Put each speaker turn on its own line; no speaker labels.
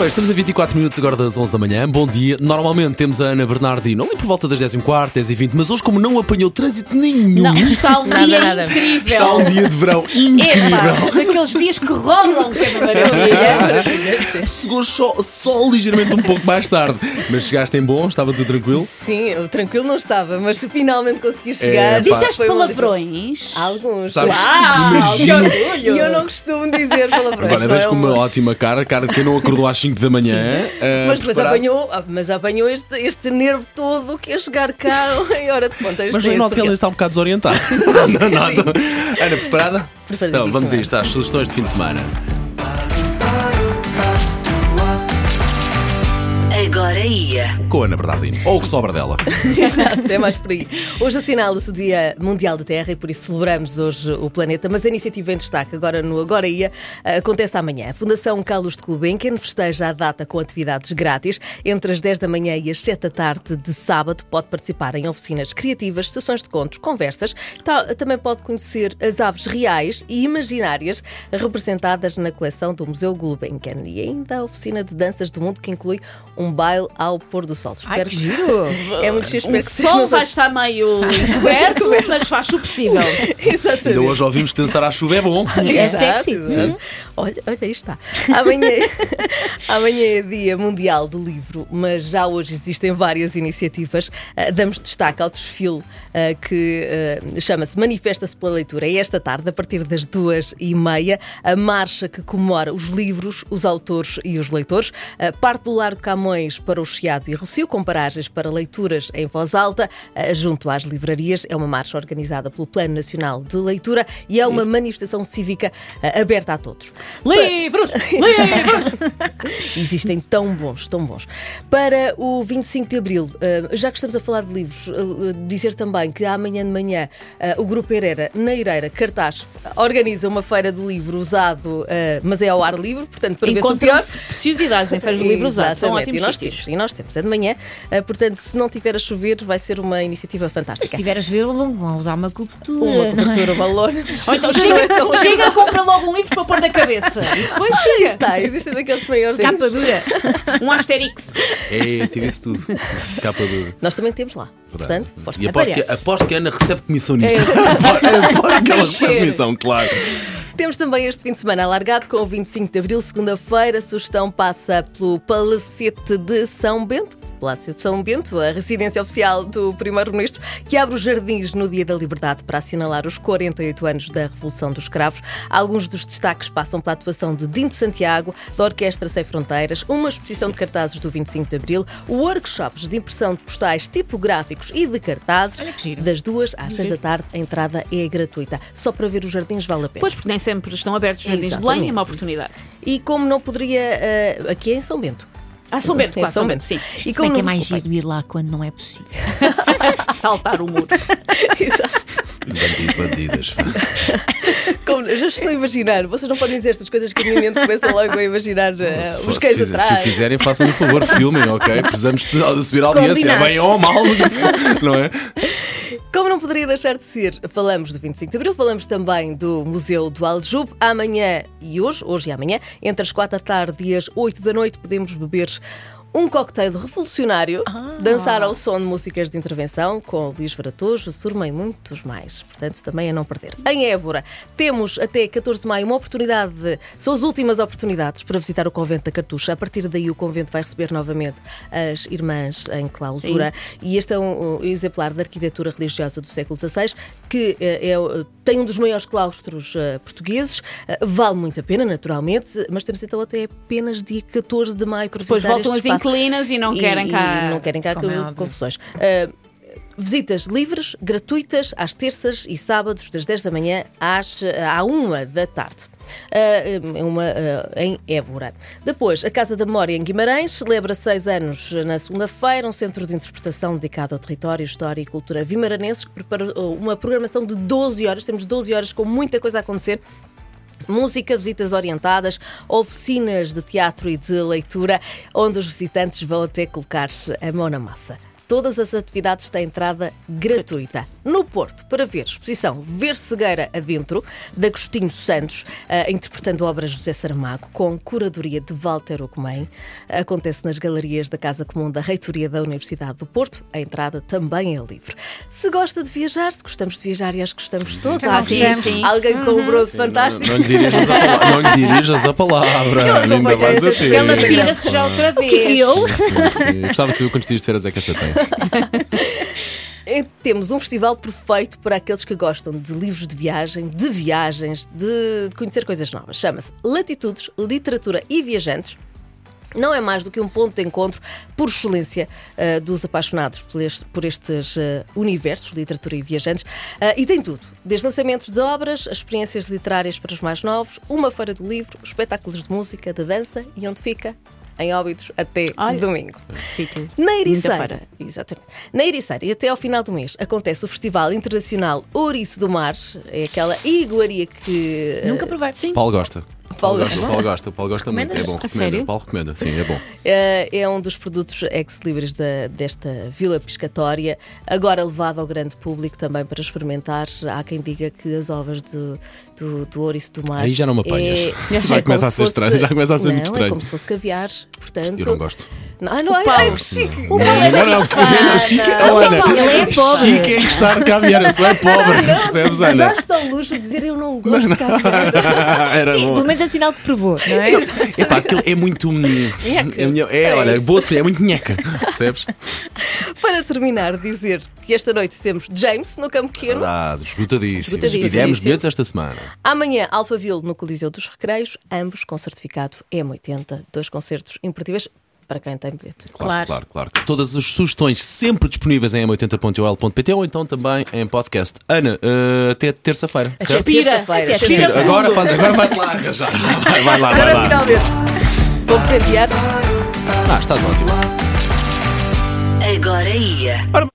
Bem, estamos a 24 minutos agora das 11 da manhã. Bom dia. Normalmente temos a Ana Bernardino ali por volta das 10 e um quarto, 10 e 20, mas hoje, como não apanhou trânsito nenhum,
Não, está um
Nada,
dia
nada.
incrível.
está um dia de verão incrível.
Epá, daqueles dias que rolam, que é uma maravilha.
Chegou só, só ligeiramente um pouco mais tarde, mas chegaste em bom, estava tudo tranquilo.
Sim, eu tranquilo não estava, mas finalmente consegui chegar.
Epá.
Disseste
Foi uma diferença.
palavrões?
Alguns.
É, Sabes?
Uau, que
Imagino-
E eu não costumo dizer palavrões.
Mas olha,
não
vejo
é
com uma
uma-
ótima cara, cara de quem não acordou às 5 da manhã. ah,
Mas depois
preparado.
apanhou, ah, mas apanhou este, este nervo todo que é chegar cá em hora de é ponta.
Mas o noto que ela está um bocado desorientada. não, não, nada. Ana, preparada? Então, vamos a isto, às sugestões de fim de semana.
Agora ia.
Com a Ana Bernardino. Ou o que sobra dela.
Exato, é mais por aí. Hoje assinala-se o Dia Mundial da Terra e por isso celebramos hoje o planeta, mas a iniciativa em destaque agora no Agora Ia eh, acontece amanhã. A Fundação Carlos de Gulbenkian festeja a data com atividades grátis entre as 10 da manhã e as 7 da tarde de sábado. Pode participar em oficinas criativas, sessões de contos, conversas. Tal- também pode conhecer as aves reais e imaginárias representadas na coleção do Museu Gulbenkian e ainda a oficina de danças do mundo que inclui um baile ao pôr do sol.
Ai,
Espero
que giro.
é muito giro, espero
O
que vocês
Um sol
nos
vai
ajudem.
estar meio encoberto, mas faz o possível.
Ainda
Exatamente.
hoje ouvimos que dançar à chuva é bom.
É
sexy.
Olha, olha, aí está. Amanhã, amanhã é Dia Mundial do Livro, mas já hoje existem várias iniciativas. Ah, damos destaque ao desfile ah, que ah, chama-se Manifesta-se pela Leitura. E esta tarde, a partir das duas e meia, a marcha que comemora os livros, os autores e os leitores. Ah, parte do Largo Camões para o Chiado e Rocio, com paragens para leituras em voz alta, ah, junto às livrarias. É uma marcha organizada pelo Plano Nacional de Leitura e é uma manifestação cívica ah, aberta a todos.
Livros! Livros!
Existem tão bons, tão bons. Para o 25 de Abril, eh, já que estamos a falar de livros, eh, dizer também que amanhã de manhã eh, o Grupo Herrera, na Herreira, Cartaz, organiza uma feira do livro usado, eh, mas é ao ar livre, portanto, para ver se o pior.
Encontram-se preciosidades em feiras de livros usados. São
Exatamente,
ótimos
e nós
sítios.
temos, e nós temos, é de manhã. eh, portanto, se não tiver a chover, vai ser uma iniciativa fantástica.
Mas se tiver a chover, vão vão usar uma cobertura.
Uma
não é?
cobertura, balona.
Ou então chega, chega, compra logo um livro para pôr na cabeça. E depois
Aí
chega.
está, existem daqueles maiores.
Capa dura.
Um Asterix.
É, tive isso tudo. Capa dura.
Nós também temos lá. Portanto, força. É.
e aposto que,
Aparece.
aposto que a Ana recebe comissão nisto. aposto que ela
Sem
recebe
ser.
comissão, claro.
Temos também este fim de semana alargado com o 25 de Abril, segunda-feira. A sugestão passa pelo Palacete de São Bento. Palácio de São Bento, a residência oficial do Primeiro-Ministro, que abre os jardins no Dia da Liberdade para assinalar os 48 anos da Revolução dos Cravos. Alguns dos destaques passam pela atuação de Dinto Santiago, da Orquestra Sem Fronteiras, uma exposição de cartazes do 25 de Abril, workshops de impressão de postais tipográficos e de cartazes.
Olha que giro.
Das duas às seis da tarde, a entrada é gratuita. Só para ver os jardins vale a pena.
Pois, porque nem sempre estão abertos os jardins de Belém, é uma oportunidade.
E como não poderia. eh, aqui é em São Bento.
Ah, São Bento,
Em
claro,
São
São Bento,
Bento.
sim.
E
Como é que é
não-
mais giro ir lá quando não é possível?
Saltar o muro.
Bandido, bandidas.
Como, já estou a imaginar. Vocês não podem dizer estas coisas que a minha mente começa logo a imaginar eh,
Ah,
Se,
os
for- se
cães
fizer- se o
atrás.
fizerem, façam-me um favor, filmem, ok? Precisamos de subir a audiência, é
Combinado.
bem ou mal, não é?
Como não poderia deixar de ser, falamos do 25 de Abril, falamos também do Museu do Aljube. Amanhã e hoje, hoje e amanhã, entre as 4 da tarde e as 8 da noite, podemos beber um cocktail revolucionário, dançar ao som de músicas de intervenção com o Luís Varatojo, Surma e muitos mais. Portanto, também a não perder. Em Évora, temos até 14 de maio uma oportunidade, de- são as últimas oportunidades para visitar o Convento da Cartucha. A partir daí, o Convento vai receber novamente as Irmãs em Clausura. E este é um, um exemplar da arquitetura religiosa do século XVI, que eh, é, eh, tem um dos maiores claustros eh, portugueses. Eh, vale muito a pena, naturalmente, mas temos então até apenas dia 14 de maio para
Depois
visitar
voltam
este
as
espaço.
inquilinas e não querem
E-
cá.
e não querem cá
Como é
co-
óbvio.
confusões. Eh, Visitas livres, gratuitas, às terças e sábados, das 10 da manhã às, à 1 da tarde. Ah, em uma, ah, em Évora. Depois, a Casa da Memória em Guimarães celebra seis anos na segunda-feira, um centro de interpretação dedicado ao território, história e cultura vimaranenses, que prepara ah, uma programação de 12 horas. Temos 12 horas com muita coisa a acontecer. Música, visitas orientadas, oficinas de teatro e de leitura, onde os visitantes vão até colocar-se a mão na massa. Todas as atividades têm entrada gratuita. No Porto, para ver exposição Ver Cegueira Adentro, de Agostinho Santos, eh, interpretando obras de José Saramago, com curadoria de Walter Ocumem. Acontece nas galerias da Casa Comum da Reitoria da Universidade do Porto. A entrada também é livre. Se gosta de viajar, se gostamos de viajar e acho que gostamos todos,
Ah,
há aqui
gostamos. Sim.
alguém com um bronze
Sim, não-
fantástico.
Não, lhe dirijas a pala- não lhe dirijas a palavra. Ainda vais a ter.
Ela tira-se já outra
é
vez.
Eu?
Sim, sim. Gostava de saber quantos dias de férias é que esta tem.
E Temos um festival perfeito para aqueles que gostam de livros de viagem, de viagens, de de conhecer coisas novas. Chama-se Latitudes, Literatura e Viajantes. Não é mais do que um ponto de encontro por excelência ah, dos apaixonados por, este- por estes ah, universos, literatura e viajantes. Ah, e tem tudo: desde lançamentos de obras, experiências literárias para os mais novos, uma feira do livro, espetáculos de música, de dança e onde fica? Em Óbidos até
Olha.
domingo.
Sítio.
Na Ericeira,
Quinta-feira.
exatamente. Na Ericeira, e até ao final do mês, acontece o Festival Internacional Ouriço do Mar. É aquela iguaria que.
Nunca provei. Sim.
Paulo gosta.
Paulo
gosta. Paulo gosta. Paulo gosta muito. É
Recomendas?
bom.
A
Recomenda.
sério?
Paulo recomenda. Sim, é bom.
Eh, É um dos produtos ex-libres da- desta vila pescatória, agora levado ao grande público também para experimentar. Há quem diga que as ovas do, do, do ouriço do mar. é
Aí já não me apanhas. Já
como
começa a
se
ser estranho,
fosse-
já começa a ser
Não,
muito estranho.
É como se fosse caviar, portanto.
Então,
Eu não gosto.
Ah, não, ai,
Paulo.
ai, que chique!
Não, não, não, não, não, Chique,
Mas
Ana,
tem- é ele é pobre.
Chique é gostar de caviar. Eu sou é pobre. Percebes, Ana?
Dás-te ao luxo de dizer eu não gosto de caviar.
Era bom.
pelo menos é sinal que provou, não é?
Epá, aquilo é muito. É, minha- é, olha, boa defesa, é muito nheca. Percebes?
Para terminar, dizer que esta noite temos James no Campo Pequeno,
Verdade, esgotadíssimos.
Esgotadíssimos.
E demos bilhetes esta semana.
amanhã Alphaville no Coliseu dos Recreios, ambos com certificado M80, dois concertos imperdíveis para quem tem bilhete.
Claro, claro, claro. Todas as sugestões sempre disponíveis em m80.ol.pt ou então também em podcast. Ana, eh, até terça-feira. certo?
Expira.
Terça-feira.
Até
Expira.
terça.
Agora faz, agora vai-te lá arranjar. Vai, vai lá, vai
Agora
lá.
finalmente. Vou poder viajar.
Ah, estás ótimo.
Agora ia.